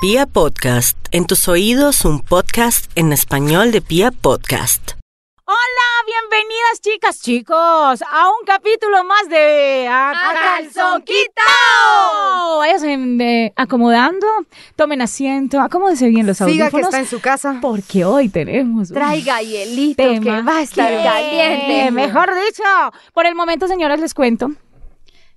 Pia Podcast, en tus oídos un podcast en español de Pia Podcast. Hola, bienvenidas chicas, chicos, a un capítulo más de A, Calzón Quitao. Vayan eh, acomodando, tomen asiento, acomódense bien los Siga que audífonos, está en su casa. porque hoy tenemos un Traiga hielito tema que va a estar que- caliente. Mejor dicho, por el momento, señoras, les cuento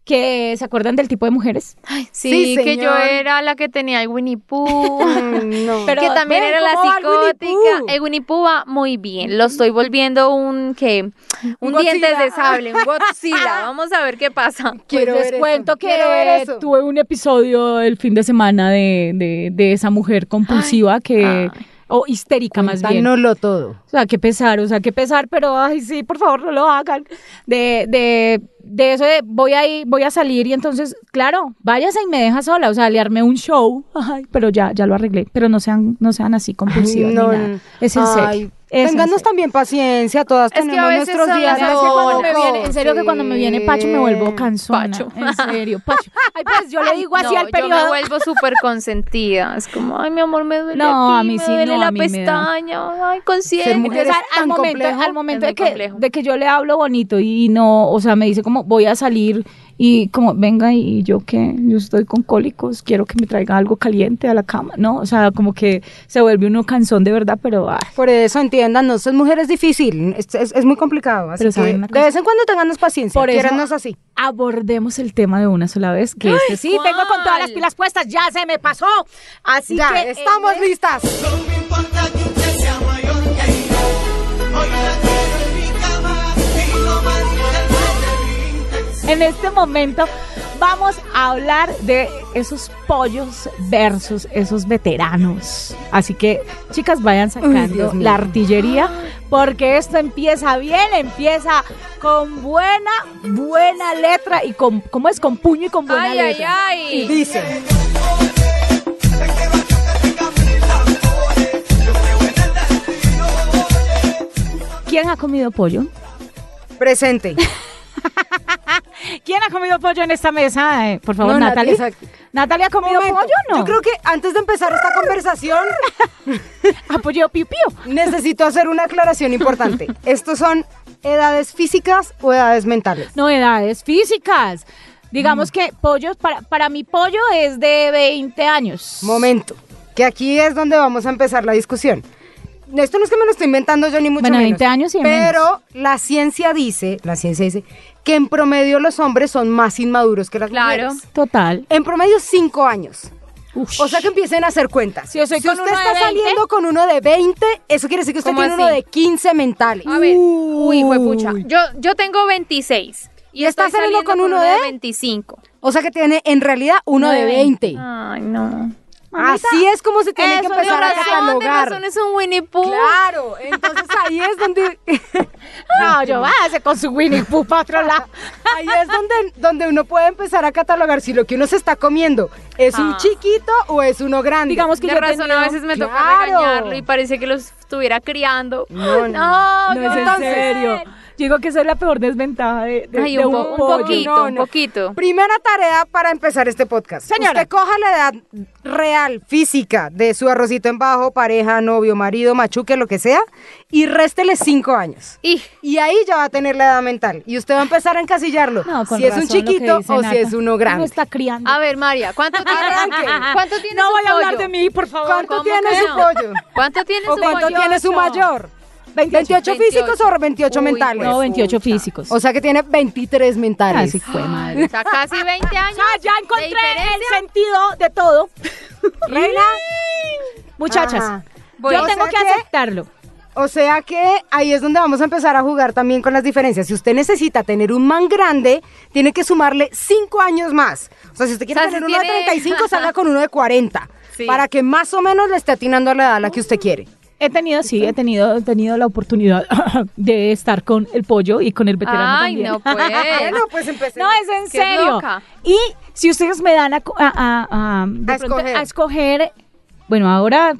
que se acuerdan del tipo de mujeres, Sí, Sí, que yo señor. era la que tenía el Winnie Pooh. Mm, no. Pero, que también ven, era la ¿cómo va el Winnie Pooh? psicótica. El Winnie Pooh va muy bien. Lo estoy volviendo un que un dientes de sable, un Godzilla. Vamos a ver qué pasa. Pues Quiero les ver cuento eso, que quiero ver eso. eh, tuve un episodio el fin de semana de, de- de esa mujer compulsiva que o histérica más bien. Dánolo todo. O sea, qué pesar, o sea, qué pesar, pero ay, sí, por favor, no lo hagan. De, de, de eso de voy a ir- voy a salir y entonces, claro, váyase y me deja sola, o sea, le armé un show, ay, pero ya, ya lo arreglé, pero no sean, no sean así compulsivos no, ni nada. no. Es en serio. Ay, es en Tenganos serio. también paciencia, todas Es que a tenemos veces nuestros son días. las ¿Sabes que cuando me locos, viene- en serio que cuando me viene Pacho me vuelvo sí. cansona. Pacho. En serio, Pacho. Ay, pues yo le digo así No, al Yo me periodo. vuelvo súper consentida. Es como, ay, mi amor, me duele. No, aquí, a mí me sí, duele no, la a mí me da. pestaña. Ay, consciente. Ser mujer Entonces, es al, al tan momento, complejo. al momento Es de, muy que, complejo. de que yo le hablo bonito y no, o sea, me dice como voy a salir y como venga y yo que yo estoy con cólicos, quiero que me traiga algo caliente a la cama, ¿no? O sea, como que se vuelve uno cansón de verdad, pero ah, ay, Por eso entiendan, no son mujeres difícil, es, es- es muy complicado. Así Pero que ¿saben una cosa? de vez en cuando tenganos paciencia, Por eso- quiérannos así. abordemos el tema de una sola vez, que este sí, ¿cuál? tengo con todas las pilas puestas, ya se me pasó. Así ya, que estamos eh, listas. En este momento vamos a hablar de esos pollos versus esos veteranos. Así que, chicas, vayan Uy, sacando Dios mío. la artillería porque esto empieza bien, empieza con buena, buena letra y con, ¿cómo es? Con puño y con buena Ay, ay, letra. ay. Dice, ¿Quién ha comido pollo? presente. ¿Quién ha comido pollo en esta mesa? Eh, por favor, No, Natalia. Nat- exacto. ¿Natalia ha comido Momento. pollo o no? Yo creo que antes de empezar esta conversación, ha pollo pipío. Necesito hacer una aclaración importante. ¿Estos son edades físicas o edades mentales? novedades físicas. Digamos que pollos, para, para mi pollo es de 20 años. Momento, que aquí es donde vamos a empezar la discusión. Esto no es que me lo estoy inventando yo ni mucho Bueno, menos. 20 años y de Pero la ciencia dice, la ciencia dice que en promedio los hombres son más inmaduros que las Claro. mujeres. Total. En promedio 5 años. Ush. O sea que empiecen a hacer cuentas. Si yo soy con usted uno de está 20. saliendo con uno de 20, eso quiere decir que usted ¿Cómo tiene así? uno de 15 mentales. A ver, uy, huepucha. Yo, yo tengo 26. ¿Y estás estoy saliendo con uno de? 25. O sea que tiene en realidad uno de 20. Ay, no. Así es como se tiene que eso empezar a de razón, de razón catalogar. es un Winnie Pooh. Claro, entonces ahí es donde No, yo váyase con su Winnie Pooh para otro lado. ahí es donde, donde uno puede empezar a catalogar si lo que uno se está comiendo es un Ah. chiquito o es uno grande. Digamos que De yo he razón tenido- a veces me Claro. toca regañarlo y parece que los estuviera criando. No, no, no, No es Entonces- en serio. Yo digo que esa es la peor desventaja de, de- Ay, de un, po- un pollo. poquito, No, un no. poquito. Primera tarea para empezar este podcast. Señora. Usted coja la edad real, física, de su arrocito en bajo, pareja, novio, marido, machuque, lo que sea, y réstele cinco años. Y Y ahí ya va a tener la edad mental. Y usted va a empezar a encasillarlo. No, con si es razón un lo que chiquito dice o si Nata. es uno No grande. está criando. a ver, María, ¿cuánto tiene? Arranque. ¿Cuánto tiene no su voy a hablar pollo? de mí, por favor. ¿Cuánto ¿Cómo tiene que su no? pollo? ¿Cuánto tiene ¿O su cuánto pollo? tiene su mayor? 28. 28, físicos o 28 Uy, pues, mentales. No, 28 pucha. físicos. O sea que tiene 23 mentales. Casi fue madre. O sea, casi 20 años. Ah, ya de encontré el diferencia. sentido de todo. Reina. Muchachas, Ajá. Voy. yo O tengo sea que que- aceptarlo. O sea que ahí es donde vamos a empezar a jugar también con las diferencias. Si usted necesita tener un man grande, tiene que sumarle 5 años más. O sea, si usted quiere O sea, si tener uno de tiene- 35, salga con uno de 40. Sí. Eh. Para que más o menos le esté atinando a la edad a la que usted quiere. He tenido, sí, he tenido, he tenido la oportunidad de estar con el pollo y con el veterano Ay, también. no pues. Bueno, pues empecemos. No, es en Qué serio. loca. Y si ustedes me dan a, co- a- a- a- de A pronto escoger. a escoger, bueno, ahora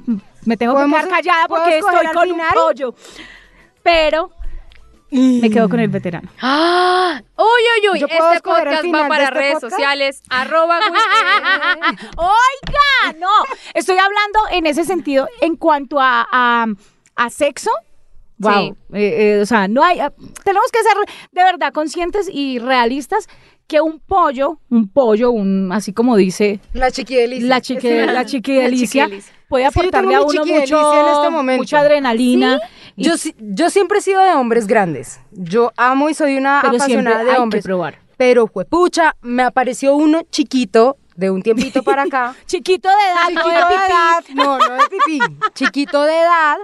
me tengo que ¿Podemos- quedar callada puedo porque estoy escoger al con un final? pollo. Pero me quedo con el veterano. Ah, uy, uy, uy. Yo puedo Este escoger el podcast final de va para este redes podcast. sociales. Arroba Whisky. Oiga, no, Estoy hablando en ese sentido en cuanto a, a, a sexo. Wow. Eh, eh, o sea, no hay. eh, tenemos que ser de verdad conscientes y realistas que un pollo, un pollo, un así como dice La chiquidelicia. la chiqui, la chiqui La delicia, chiquidelicia. puede Es que yo aportarle tengo a mi uno chiquidelicia mucho, en este momento. mucha adrenalina. y- Yo, sí- yo siempre he sido de hombres grandes. Yo amo y soy una Pero apasionada siempre de hay que hombres. probar. Pero, juepucha, me apareció uno chiquito de un tiempito para acá. chiquito de edad, no chiquito de de pipí. edad. No, no de pipí. chiquito de edad.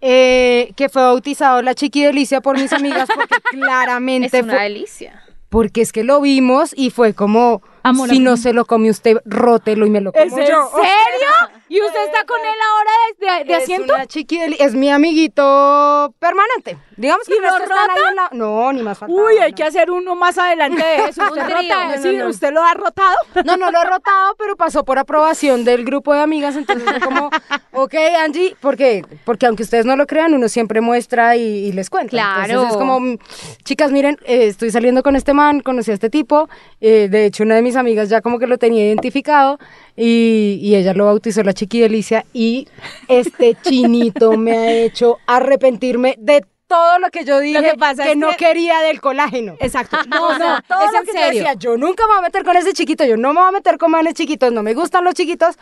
eh, que fue bautizado la chiquidelicia por mis amigas porque Es claramente una fue, delicia. porque es que lo vimos y fue como Amor, si amor. no se lo come usted rótelo y me lo como ¿Es en yo. serio? ¿Y usted está con él ahora de, de- de es asiento? una chiquideli- es mi amiguito permanente. Digamos que ¿Y el lo resto están ahí rota? al lado. No, ni más faltaba. Uy, hay no. que hacer uno más adelante de eso. Un ¿Usted, trío. rota? No, no, Sí, no. ¿Usted lo ha rotado? No, no lo he rotado, pero pasó por aprobación del grupo de amigas, entonces fue como, ok, Angie, porque, porque aunque ustedes no lo crean, uno siempre muestra y, y les cuenta. Claro. Entonces es como, mm, chicas, miren, eh, estoy saliendo con este man, conocí a este tipo, eh, de hecho una de mis amigas ya como que lo tenía identificado y, y ella lo bautizó la chiquidelicia y este chinito me ha hecho arrepentirme de todo lo que yo dije que pasa es no que- quería del colágeno. Exacto. No, O sea, no, todo es lo en que yo serio. decía, yo nunca me voy a meter con ese chiquito, yo no me voy a meter con manes chiquitos, no me gustan los chiquitos.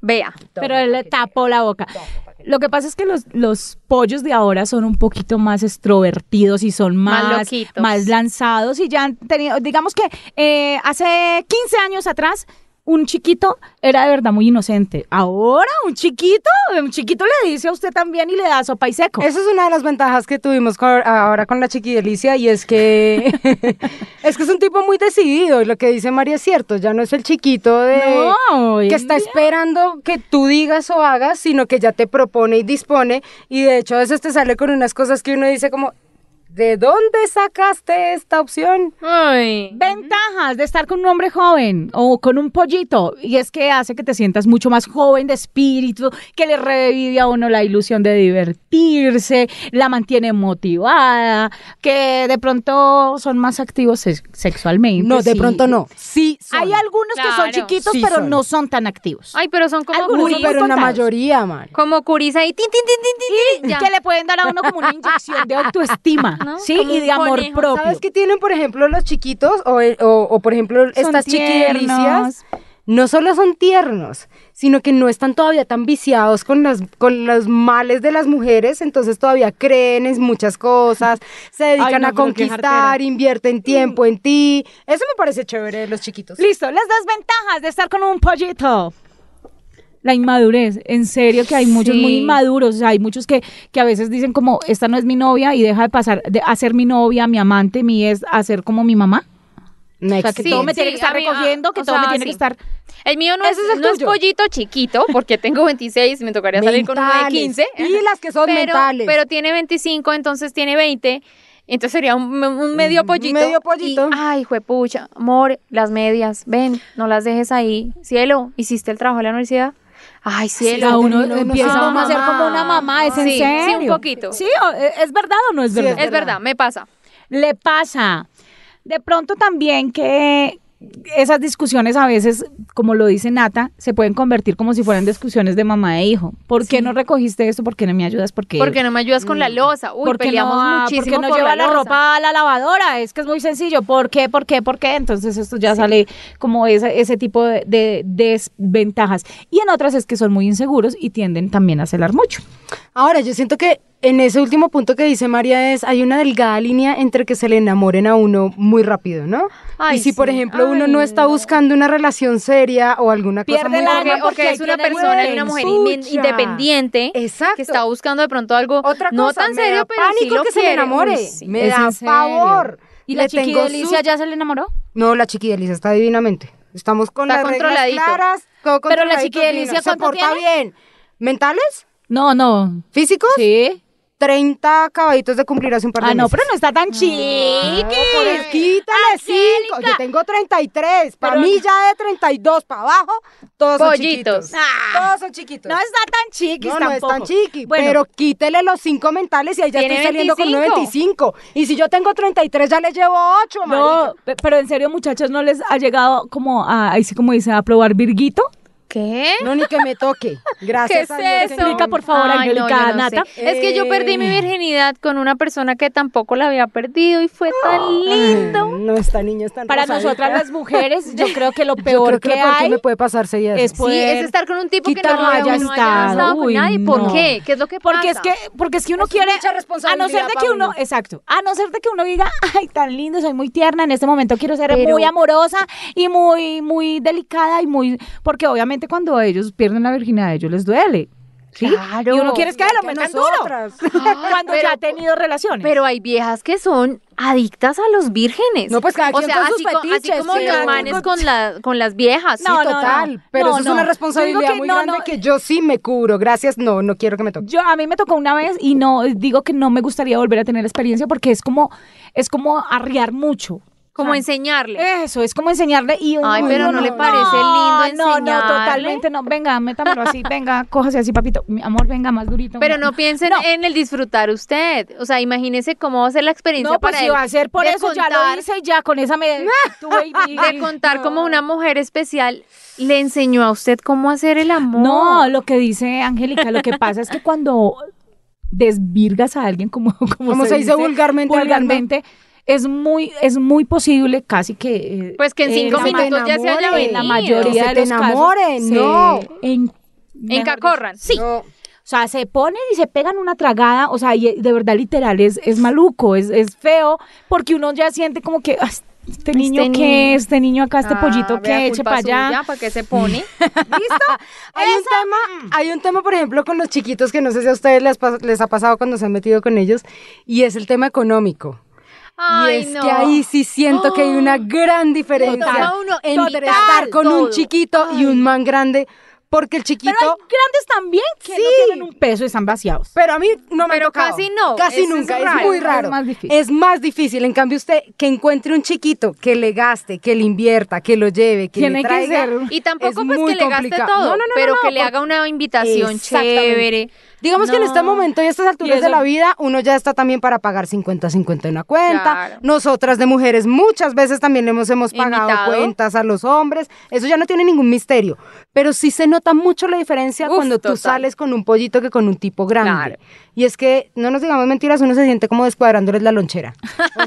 Vea. Pero él le tapó la boca. Lo que pasa es que los, los pollos de ahora son un poquito más extrovertidos y son Más más, loquitos. más lanzados y ya han tenido, digamos que eh, hace 15 años atrás, un chiquito era de verdad muy inocente. Ahora un chiquito, un chiquito le dice a usted también y le da sopa y seco. Esa es una de las ventajas que tuvimos con- ahora con la chiquidelicia y es que es que es un tipo muy decidido y lo que dice María es cierto, ya no es el chiquito de No, hoy que en está día- esperando que tú digas o hagas, sino que ya te propone y dispone y de hecho a veces te sale con unas cosas que uno dice como ¿De dónde sacaste esta opción? Ay. Ventajas de estar con un hombre joven o con un pollito, y es que hace que te sientas mucho más joven de espíritu, que le revive a uno la ilusión de divertirse, la mantiene motivada, que de pronto son más activos se- sexualmente. No, de sí. pronto no. Sí, son. Hay algunos que son Claro. chiquitos, Sí pero son. no son tan activos. Ay, pero son como Algunos Uy, curis. muy pero en la contados. mayoría, man. Como curis ahí. Tin, tin, tin, tin, tin, tin, ya. Que le pueden dar a uno como una inyección de autoestima, ¿No? ¿sí? Como Y un de amor conejo. propio. ¿Sabes qué tienen, por ejemplo, los chiquitos o, eh, o- o, por ejemplo, tiernos. estas chiquidelicias? No solo son tiernos, sino que no están todavía tan viciados con, las, con los males de las mujeres, entonces todavía creen en muchas cosas, se dedican no, pero a qué conquistar, jartera. Mm. invierten tiempo en ti. Eso me parece chévere de los chiquitos. Listo, las desventajas de estar con un pollito. La inmadurez, en serio que hay muchos Sí. muy inmaduros, o sea, hay muchos que, que a veces dicen como, esta no es mi novia y deja de pasar, de hacer mi novia, mi amante, mi es, hacer como mi mamá. O sea, que Sí, todo me sí, tiene que estar a mí, ah, recogiendo, que o todo me sea, tiene que sí. estar... El mío no, es, Ese es el no es tuyo. pollito chiquito, porque tengo 26, me tocaría salir con uno de Mentales. 15. Y las que son pero, mentales. Pero tiene 25, entonces tiene 20. Entonces sería un, un medio pollito. medio pollito. Y, ay, juepucha, amor, las medias, ven, no las dejes ahí. Cielo, ¿hiciste el trabajo en la universidad? Ay, cielo. a uno termina uno empieza siendo uno a ser mamá. como una mamá, es en Sí, sí, un serio. poquito. Sí, o- ¿es verdad o no es Sí, es verdad? Es verdad, me pasa. le pasa. De pronto también que esas discusiones a veces, como lo dice Nata, se pueden convertir como si fueran discusiones de mamá e hijo. ¿Por qué no recogiste esto? ¿Por qué no me ayudas? ¿Por qué? Porque no me ayudas Mm. con la losa. Uy, ¿Por qué peleamos no, ah, muchísimo. ¿Por qué no por lleva la, loza. ropa a la lavadora? Es que es muy sencillo. ¿Por qué? ¿Por qué? ¿Por qué? Entonces esto ya sale como ese, ese tipo de, de desventajas. Y en otras es que son muy inseguros y tienden también a celar mucho. Ahora, yo siento que en ese último punto que dice María es, hay una delgada línea entre que se le enamoren a uno muy rápido, ¿no? Ay, y si, sí. por ejemplo, uno Ay, no está no. buscando una relación seria o alguna cosa Pierde muy el alma Porque, Porque- porque es una tiene persona y una mujer huevos. in- Pucha. independiente Exacto. que está buscando de pronto algo Otra cosa, no tan me serio, da pero sí pánico lo que se me quiere. enamore. Uy, sí. Me da pavor. ¿Y la Le tengo chiquidelicia su- ya se le enamoró? No, la chiquidelicia está divinamente. Estamos con Está las reglas controladito. claras. todo Pero la controladito, chiquidelicia, divino. se ¿cuánto porta tiene? bien. ¿Mentales? No, no. ¿Físicos? Sí. 30 acabaditos de cumplir hace un par de Ah, no, meses. pero no está tan chiqui. No, pues quítale cinco. Yo tengo 33. Para mí ya de 32 para abajo, todos Pollitos. son chiquitos. Todos son chiquitos. Ah. No está tan chiqui No, no es tampoco. tan chiqui, Bueno, pero quítele los cinco mentales y ahí ya Tiene estoy saliendo con 25. 95. Y si yo tengo 33, ya le llevo 8, no, pe- pero en serio, muchachos, ¿no les ha llegado como a, ahí sí como dice, a probar virguito? ¿Qué? No, ni que me toque. Gracias. ¿Qué a es Dios eso? que no. Explica, por favor, Ay, no, Angélica, yo no sé. Nata. Es que yo perdí mi Eh. virginidad con una persona que tampoco la había perdido y fue tan lindo. No, esta niña está Para nosotras las mujeres, yo creo que lo Yo peor creo que, que, lo peor que hay me puede pasar sería eso. es Sí, poder es estar con un tipo que no, quitarlo no haya haya estado. estado con Uy, nadie. ¿Por no. qué? ¿Qué es lo que pasa? Porque es que, porque es que uno Es quiere. mucha A responsabilidad no ser de que para uno, uno. exacto. A no ser de que uno diga, ay, tan lindo, soy muy tierna, en este momento quiero ser Pero- muy amorosa y muy, muy delicada y muy. Porque obviamente cuando ellos pierden la virginidad, a ellos les duele. ¿Sí? Claro. Ah, Y uno quiere es que lo Que metan duro. nosotras. Cuando pero- ya ha tenido relaciones. Pero hay viejas que son adictas a los vírgenes. No, pues cada o quien sea, con así, sus co- así fetiches, como sí, los cada quien manes con- con, la, con las viejas. No, sí, total. Pero No, no. eso es una Yo digo responsabilidad que muy no, grande no. que yo sí me cubro. Gracias, no, no quiero que me toque. Yo a mí me tocó una vez y no digo que no me gustaría volver a tener la experiencia porque es como es como arriar mucho. Como O sea, enseñarle. Eso, es como enseñarle y uno- Ay, pero uno ¿no le no, parece lindo No, no, enseñarle? totalmente no. Venga, métamelo así, venga, cójese así, papito. Mi amor, venga, más durito. Pero no piensen No. en el disfrutar usted. O sea, imagínese cómo va a ser la experiencia No, pues para si él va a ser por de eso, ya contar- lo hice y ya con esa me tuve y- De contar como una mujer especial le enseñó a usted cómo hacer el amor. No, lo que dice Angélica, lo que pasa es que cuando desvirgas a alguien como, como Como se dice vulgarmente vulgarmente, es muy, es muy posible casi que eh, Pues que en eh, cinco la ma- minutos ya se haya en venido. la mayoría Que de los se te casos enamoren, se no. en- mejor Encacorran. dicho, Sí. No. O sea, se ponen y se pegan una tragada, o sea, y eh, de verdad literal es, es maluco, es, es feo, porque uno ya siente como que, "Ah, este niño Este que, niño. este niño acá, este Ah, pollito vea, que eche culpa para allá. suya, ¿Para qué se pone? Hay un, mm. tema, hay un tema, por ejemplo, con los chiquitos que no sé si a ustedes les, pas- les ha pasado cuando se han metido con ellos, y es el tema económico. Ay, y es no. que ahí sí siento que hay una gran diferencia Total, uno, entre total, estar con todo. un chiquito y un man grande, porque el chiquito... Pero hay grandes también que no Sí. tienen un peso y están vaciados. Pero a mí no me ha Pero tocado. casi no, Casi eso es nunca. Es, raro, muy es raro. más difícil. Es más difícil. En cambio, usted que encuentre un chiquito, que le gaste, que le invierta, que lo lleve, que Tiene le que traiga. ser- Y tampoco es pues muy que le gaste complicado. todo, No, no, no, pero no, que le por- haga una invitación Exactamente. chévere. Digamos que en este No. momento y a estas alturas de eso- la vida, uno ya está también para pagar 50-50 en una cuenta. Claro. Nosotras de mujeres muchas veces también le hemos, hemos pagado Invitado. cuentas a los hombres. Eso ya no tiene ningún misterio. Pero sí se nota mucho la diferencia Uf, cuando tú total. sales con un pollito que con un tipo grande. Claro. Y es que, no nos digamos mentiras, uno se siente como descuadrándoles la lonchera. O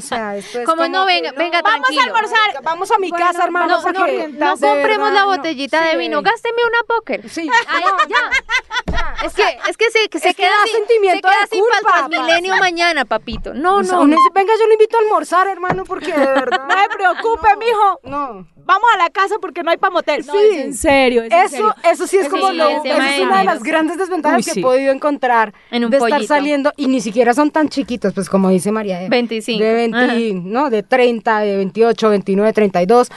sea, esto es Como no, que, venga, venga, Vamos tranquilo. a almorzar. Vamos a mi casa, hermano. No, porque no, de no verdad, compremos la no. botellita de Sí. vino, Ah, gásteme una póker. Sí. Ay, ya. Es que, es que se, que se Es que queda da sin, sentimiento se queda de sin culpa, para el Transmilenio mañana, papito. No, O sea, no. uno dice, Pues venga, yo lo invito a almorzar, hermano, porque de verdad. No se preocupe, mijo. ah, No. Vamos a la casa porque no hay para motel. No, Sí. es en serio. es en Eso, serio. eso sí es Eso como sí, lo, el eso tema es de una de menos. las grandes desventajas Uy, que sí. he podido encontrar En un de estar pollito. saliendo y ni siquiera son tan chiquitos, pues como dice María. de- 25. De 20, Ajá. no, de 30, de 28, 29, 32.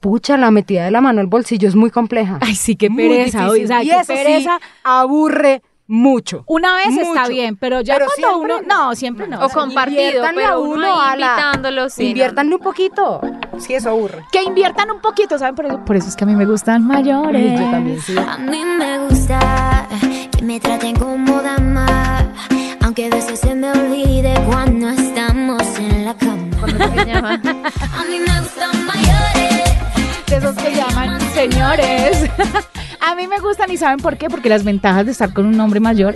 Pucha, la metida de la mano al bolsillo es muy compleja. Ay, sí, qué Muy pereza. oye, o difícil. sea, y qué eso pereza. sí aburre mucho. Una vez está mucho. bien, pero ya Pero cuando siempre uno. No, siempre no. O compartido, Inviértanle pero a uno uno ahí a la- invitándolo. sí, no. Inviértanle un poquito. Sí, eso aburre. que inviertan un poquito, ¿saben? Por eso, por eso es que a mí me gustan mayores. Yo también, sí. A mí me gusta que me traten como dama, aunque a veces se me olvide cuando estamos en la cama. Se llama. A mí me gustan mayores. de esos que llaman señores. A mí me gustan y saben por qué, porque las ventajas de estar con un hombre mayor,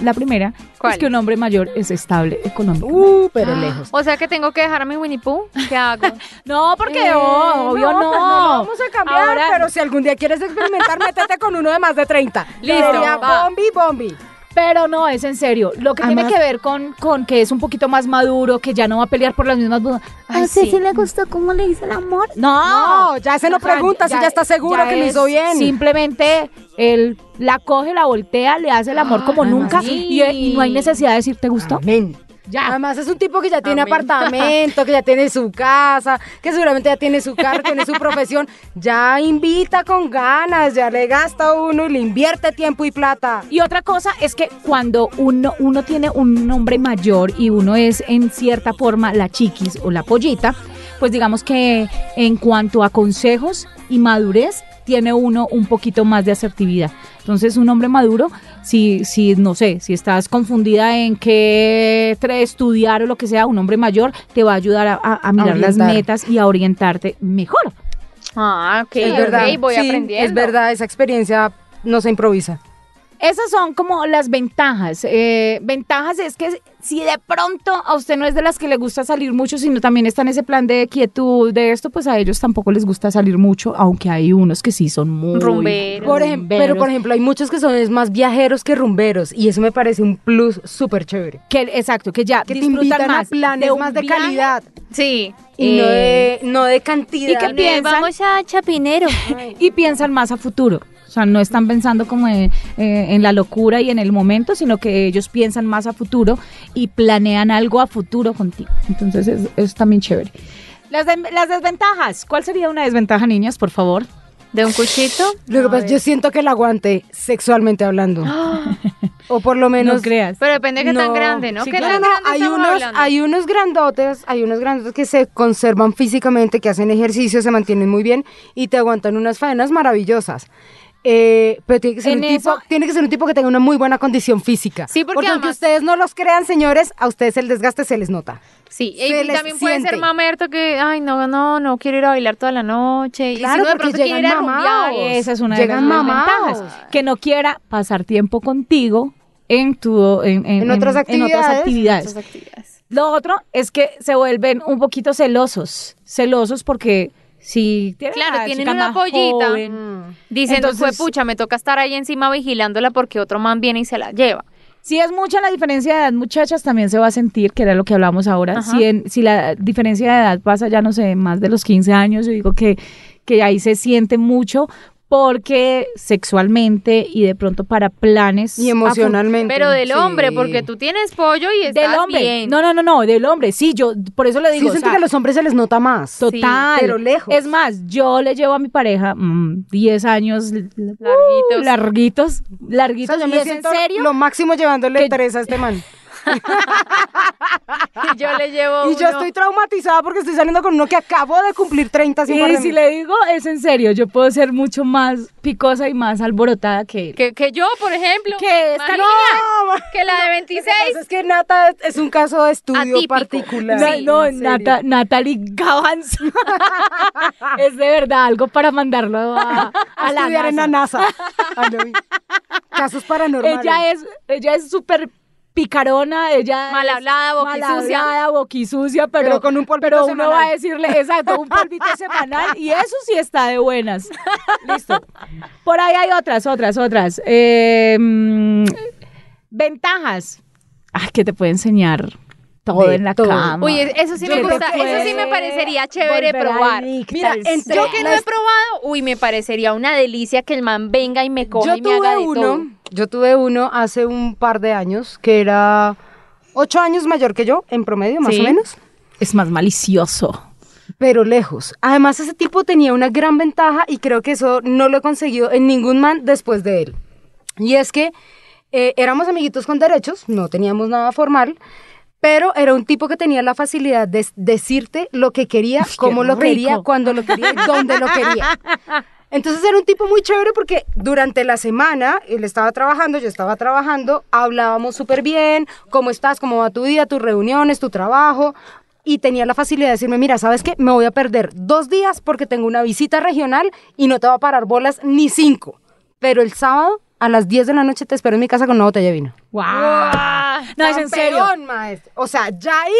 la primera ¿Cuál? es que un hombre mayor es estable económico. Uh, pero lejos. O sea que tengo que dejar a mi Winnie Pooh. ¿Qué hago? No, porque Eh, oh, obvio no. pues no lo vamos a cambiar, Ahora- pero si algún día quieres experimentar, métete con uno de más de 30. Listo, Sería va. bombi, bombi. Pero no, es en serio. Lo que tiene Además- que ver con, con que es un poquito más maduro, que ya no va a pelear por las mismas dudas. Ay, sí. le gustó cómo le hice el amor? No. No, ya se lo O sea, pregunta si ya está seguro ya que lo es hizo bien. Simplemente él la coge, la voltea, le hace el amor como Ah, nunca sí. y, y no hay necesidad de decir, ¿te gustó? Amén. Ya. Además es un tipo que ya tiene Amén. apartamento, que ya tiene su casa, que seguramente ya tiene su carro, tiene su profesión. Ya invita con ganas, ya le gasta a uno y le invierte tiempo y plata. Y otra cosa es que cuando uno, uno tiene un hombre mayor y uno es en cierta forma la chiquis o la pollita, pues digamos que en cuanto a consejos y madurez, tiene uno un poquito más de asertividad. Entonces, un hombre maduro, si, si no sé, si estás confundida en qué tre- estudiar o lo que sea, un hombre mayor te va a ayudar a, a- a mirar las orientar. metas y a orientarte mejor. Ah, ok, es ok, verdad. voy Sí, aprendiendo. Es verdad, esa experiencia no se improvisa. Esas son como las ventajas. Eh, ventajas es que si de pronto a usted no es de las que le gusta salir mucho, sino también está en ese plan de quietud, de esto, pues a ellos tampoco les gusta salir mucho, aunque hay unos que sí son muy Rumberos. Por Por ejem- ejemplo, pero por ejemplo, hay muchos que son es más viajeros que rumberos y eso me parece un plus súper chévere. que, exacto, que ya Que te disfrutan invitan más a planes un más de viaje calidad Sí. y no Eh, de, no de cantidad. ¿Y qué Nos piensan? Vamos a Chapinero. y piensan más a futuro. O sea, no están pensando como en, eh, en la locura y en el momento, sino que ellos piensan más a futuro y planean algo a futuro contigo. Entonces, es, es también chévere. Las, de- las desventajas. ¿Cuál sería una desventaja, niñas, por favor? ¿De un cuchito? Lo que pasa, yo siento que la aguante sexualmente hablando. o por lo menos. no creas. Pero depende de qué tan No. grande, ¿no? Sí, ¿Qué claro. tan No, no, grande hay estamos unos, hablando? hay unos grandotes, hay unos grandotes que se conservan físicamente, que hacen ejercicio, se mantienen muy bien y te aguantan unas faenas maravillosas. Eh, pero tiene que, ser En un tipo, eso- tiene que ser un tipo que tenga una muy buena condición física. Sí, porque aunque además- ustedes no los crean, señores, a ustedes el desgaste se les nota. Sí, se y les también puede siente. ser mamerto que, ay, no, no, no quiero ir a bailar toda la noche. Claro, y si no, de porque pronto quiere ir a llegan rumbear. mamados. Esa es una Llegan de las mamados. desventajas. Que no quiera pasar tiempo contigo en tu en, en- En otras actividades. actividades. Esas actividades. Lo otro es que se vuelven un poquito celosos. Celosos porque si tienen Claro, a la tienen chica una más pollita. joven, Diciendo, Entonces- fue pucha, me toca estar ahí encima vigilándola porque otro man viene y se la lleva. Si es mucha la diferencia de edad, muchachas, también se va a sentir, que era lo que hablamos ahora. Ajá. Si, en- si la diferencia de edad pasa ya, no sé, más de los 15 años, yo digo que, que ahí se siente mucho porque sexualmente y de pronto para planes. Y a fut- emocionalmente. Pero del Sí. hombre, porque tú tienes pollo y estás Del hombre. bien. No, no, no, no, del hombre. Sí, yo por eso le Sí, digo. o siento sea, que a los hombres se les nota más. Total. pero lejos. Es más, yo le llevo a mi pareja mm, 10 años l- Larguitos. uh, larguitos. O sea, Larguitos. yo ¿Y me es en siento serio? lo máximo llevándole Que- tres a este man. Y yo le llevo Y yo uno. estoy traumatizada porque estoy saliendo con uno que acabo de cumplir 30 hace un par Y de si meses. le digo, es en serio, yo puedo ser mucho más picosa y más alborotada que él. Que, que yo, por ejemplo. Que esta- Marina, No, ma- que la de Lo que pasa 26. Es que Nata es- es un caso de estudio Atípico. particular. Na- Sí, no, en serio. Nata- Natalie Gavanzo. es de verdad algo para mandarlo a, A a la estudiar en la NASA. NASA. Ah, no. Casos paranormales. Ella es, ella es súper picarona, ella Mal es hablada, boquisucia. mal hablada, boquisucia, pero, Pero con un polvito pero uno semanal. va a decirle, exacto, un polvito semanal y eso sí está de buenas. Listo. Por ahí hay otras, otras, otras. Eh, mm, ventajas. Ay, que te puede enseñar todo De en la todo. cama. Uy, eso sí Yo me creo gusta, que eso sí me puede parecería chévere volver probar. adicta Mira, al entre- sexo. Yo que no he probado, uy, me parecería una delicia que el man venga y me coja Yo y me haga tuve de todo. uno, yo tuve uno hace un par de años que era ocho años mayor que yo, en promedio, más Sí. o menos. es más malicioso. pero lejos. Además, ese tipo tenía una gran ventaja y creo que eso no lo he conseguido en ningún man después de él. Y es que eh, éramos amiguitos con derechos, no teníamos nada formal, pero era un tipo que tenía la facilidad de s- decirte lo que quería, cómo lo rico. quería, cuando lo quería y dónde lo quería. Entonces era un tipo muy chévere porque durante la semana él estaba trabajando, yo estaba trabajando, hablábamos súper bien, cómo estás, cómo va tu día, tus reuniones, tu trabajo. Y tenía la facilidad de decirme, mira, ¿sabes qué? Me voy a perder dos días porque tengo una visita regional y no te va a parar bolas ni cinco. Pero el sábado a las 10 de la noche te espero en mi casa con una botella de vino. Wow. No, es en serio. Campeón, maestro. O sea, ya ahí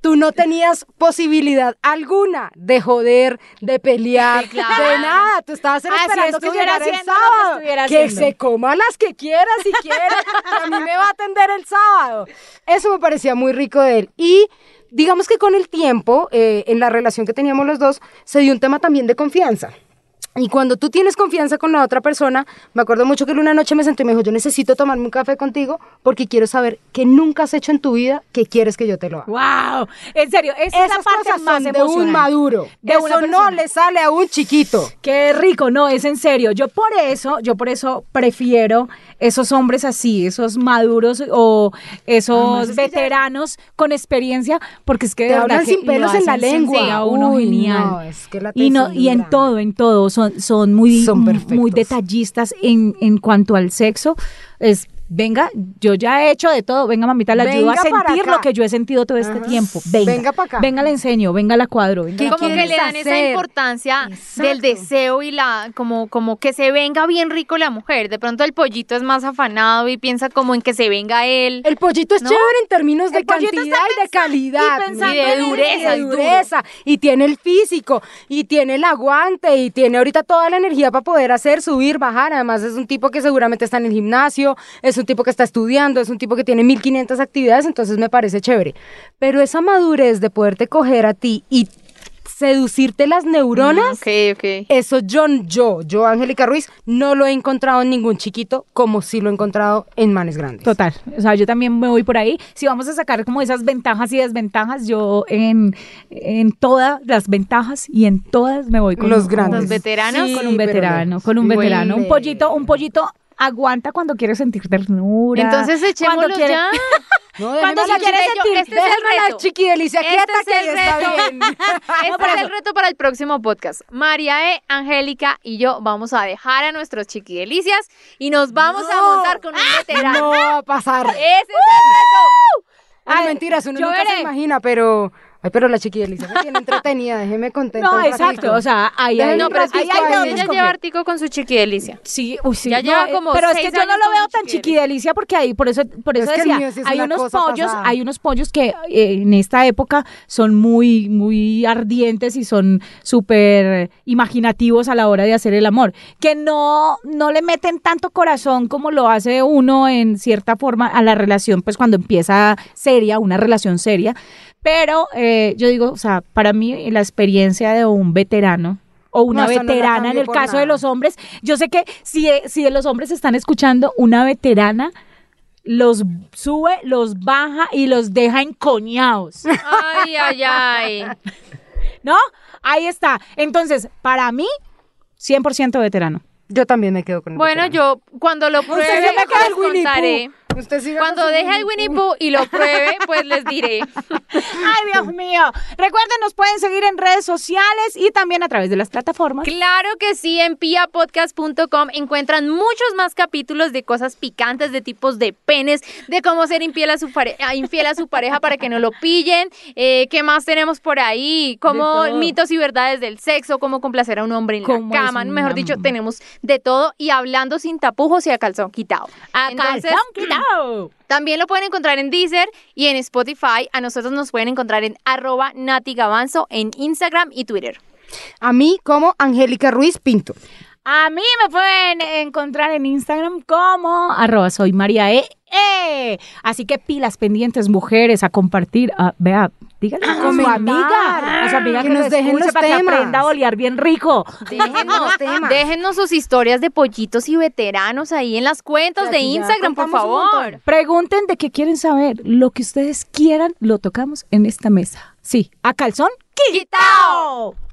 tú no tenías posibilidad alguna de joder, de pelear, claro. de nada. Tú estabas Ah, si esperando que estuviera llegara el haciendo lo que sábado. estuviera que haciendo. se coma las que quiera, si quiere. que a mí me va a atender el sábado. Eso me parecía muy rico de él. Y... Digamos que con el tiempo, eh, en la relación que teníamos los dos, se dio un tema también de confianza. Y cuando tú tienes confianza con la otra persona, me acuerdo mucho que él una noche me sentó y me dijo, yo necesito tomarme un café contigo porque quiero saber qué nunca has hecho en tu vida, que quieres que yo te lo haga. Wow, en serio, esa es la Esas parte cosas más son de un emocionante. maduro. De Eso una no persona. le sale a un chiquito. Qué rico, no, es en serio. Yo por eso, yo por eso prefiero esos hombres así, esos maduros o Ah, esos veteranos con experiencia, porque es que de Te verdad hablan que sin pelos lo en la hacen sentir lengua. a uno Uy, genial. no, es que la y no y en tesitura. todo, en todo son son muy Son m- muy perfectos. detallistas en en cuanto al sexo, es venga, yo ya he hecho de todo, venga mamita, la ayudo a Venga para sentir acá. lo que yo he sentido todo este Ajá. tiempo. Venga, Venga pa' acá. Venga, la enseño, venga, la cuadro. venga, ¿Qué la- como que quieres le dan esa hacer? importancia del Exacto. deseo y la como como que se venga bien rico la mujer. De pronto el pollito es más afanado y piensa como en que se venga él. El pollito es ¿No? chévere en términos de El pollito cantidad está y de calidad. y ¿no? pensando Y de en él, dureza, Y, y de duro. dureza, y tiene el físico, y tiene el aguante, y tiene ahorita toda la energía para poder hacer, subir, bajar. Además, es un tipo que seguramente está en el gimnasio, es un tipo que está estudiando, es un tipo que tiene 1500 actividades, entonces me parece chévere. Pero esa madurez de poderte coger a ti y seducirte las Mm. neuronas. Ok, ok. Eso yo, yo, yo, Angélica Ruiz, no lo he encontrado en ningún chiquito como sí lo he encontrado en manes grandes. Total, o sea, yo también me voy por ahí. Si vamos a sacar como esas ventajas y desventajas, yo en, en todas las ventajas y en todas me voy con Los un- grandes. Los veteranos. Sí, con un pero veterano, no. con un Bueno. veterano, un pollito, un pollito aguanta cuando quiere sentir ternura. Entonces cuando echémoslo quiere- ya. No, Cuando dejémosla se quiere chiqui- sentir- este es el dejémosla reto. chiqui delicia, Este quieta es el que está reto. bien. Este es el reto para el próximo podcast. María E, Angélica y yo vamos a dejar a nuestros chiquidelicias y nos vamos No. a montar con un veterano. No va a pasar. Ese es el reto. Bueno, Ay, mentiras, uno yo nunca se veré. imagina, pero... Ay, pero la chiqui delicia me tiene entretenida, déjeme contenta No, un exacto, ratico. o sea, ahí Déjame hay, No, pero es que ahí ratito hay de ahí. dónde ella escoger. lleva artico con su chiquidelicia. Sí, uy, sí. eh, Ya lleva como pero es que seis yo no años lo como veo tan chiquidelicia. chiquidelicia porque ahí, por eso, por Pero eso es que el decía, mío sí es hay una unos cosa pollos, pasada. hay unos pollos que eh, en esta época son muy, muy ardientes y son súper imaginativos a la hora de hacer el amor, que no, no le meten tanto corazón como lo hace uno en cierta forma a la relación, pues cuando empieza seria, una relación seria. Pero eh, yo digo, o sea, para mí la experiencia de un veterano o una No, eso no la veterana en cambio el por caso de nada. los hombres. Yo sé que si, eh, si los hombres están escuchando, una veterana los sube, los baja y los deja encoñados. Ay, ay, ay. ¿No? Ahí está. Entonces, para mí, 100% veterano. Yo también me quedo con el Bueno, veterano. yo cuando lo pruebe, Usted sí me queda el les contaré. Winnie Pooh. Usted sí me Cuando queda el deje el Winnie Pooh y lo pruebe, pues les diré. Ay, Dios mío. Recuerden, nos pueden seguir en redes sociales y también a través de las plataformas. Claro que sí, en piapodcast.com encuentran muchos más capítulos de cosas picantes, de tipos de penes, de cómo ser infiel a su, pare- a- infiel a su pareja para que no lo pillen, eh, qué más tenemos por ahí, como todo. mitos y verdades del sexo, cómo complacer a un hombre en Cómo la es cama, un mejor am- dicho, tenemos de todo y hablando sin tapujos y a calzón quitado. A Entonces, calzón quitado. También lo pueden encontrar en Deezer y en Spotify. A nosotros nos pueden encontrar en arroba Nati Gavanzo en Instagram y Twitter. A mí como Angélica Ruiz Pinto. A mí me pueden encontrar en Instagram como arroba soy María E. E. Así que pilas pendientes, mujeres, a compartir. a- vea, díganle a su comentar. amiga. A su amiga Que que, nos nos dejen los para que temas. aprenda a olear bien rico. Déjenos, temas. déjenos sus historias de pollitos y veteranos ahí en las cuentas Que de aquí ya Instagram, por contamos un favor. montón. Pregunten de qué quieren saber. Lo que ustedes quieran, lo tocamos en esta mesa. Sí, a calzón. ¡Quitao! ¡Quitao!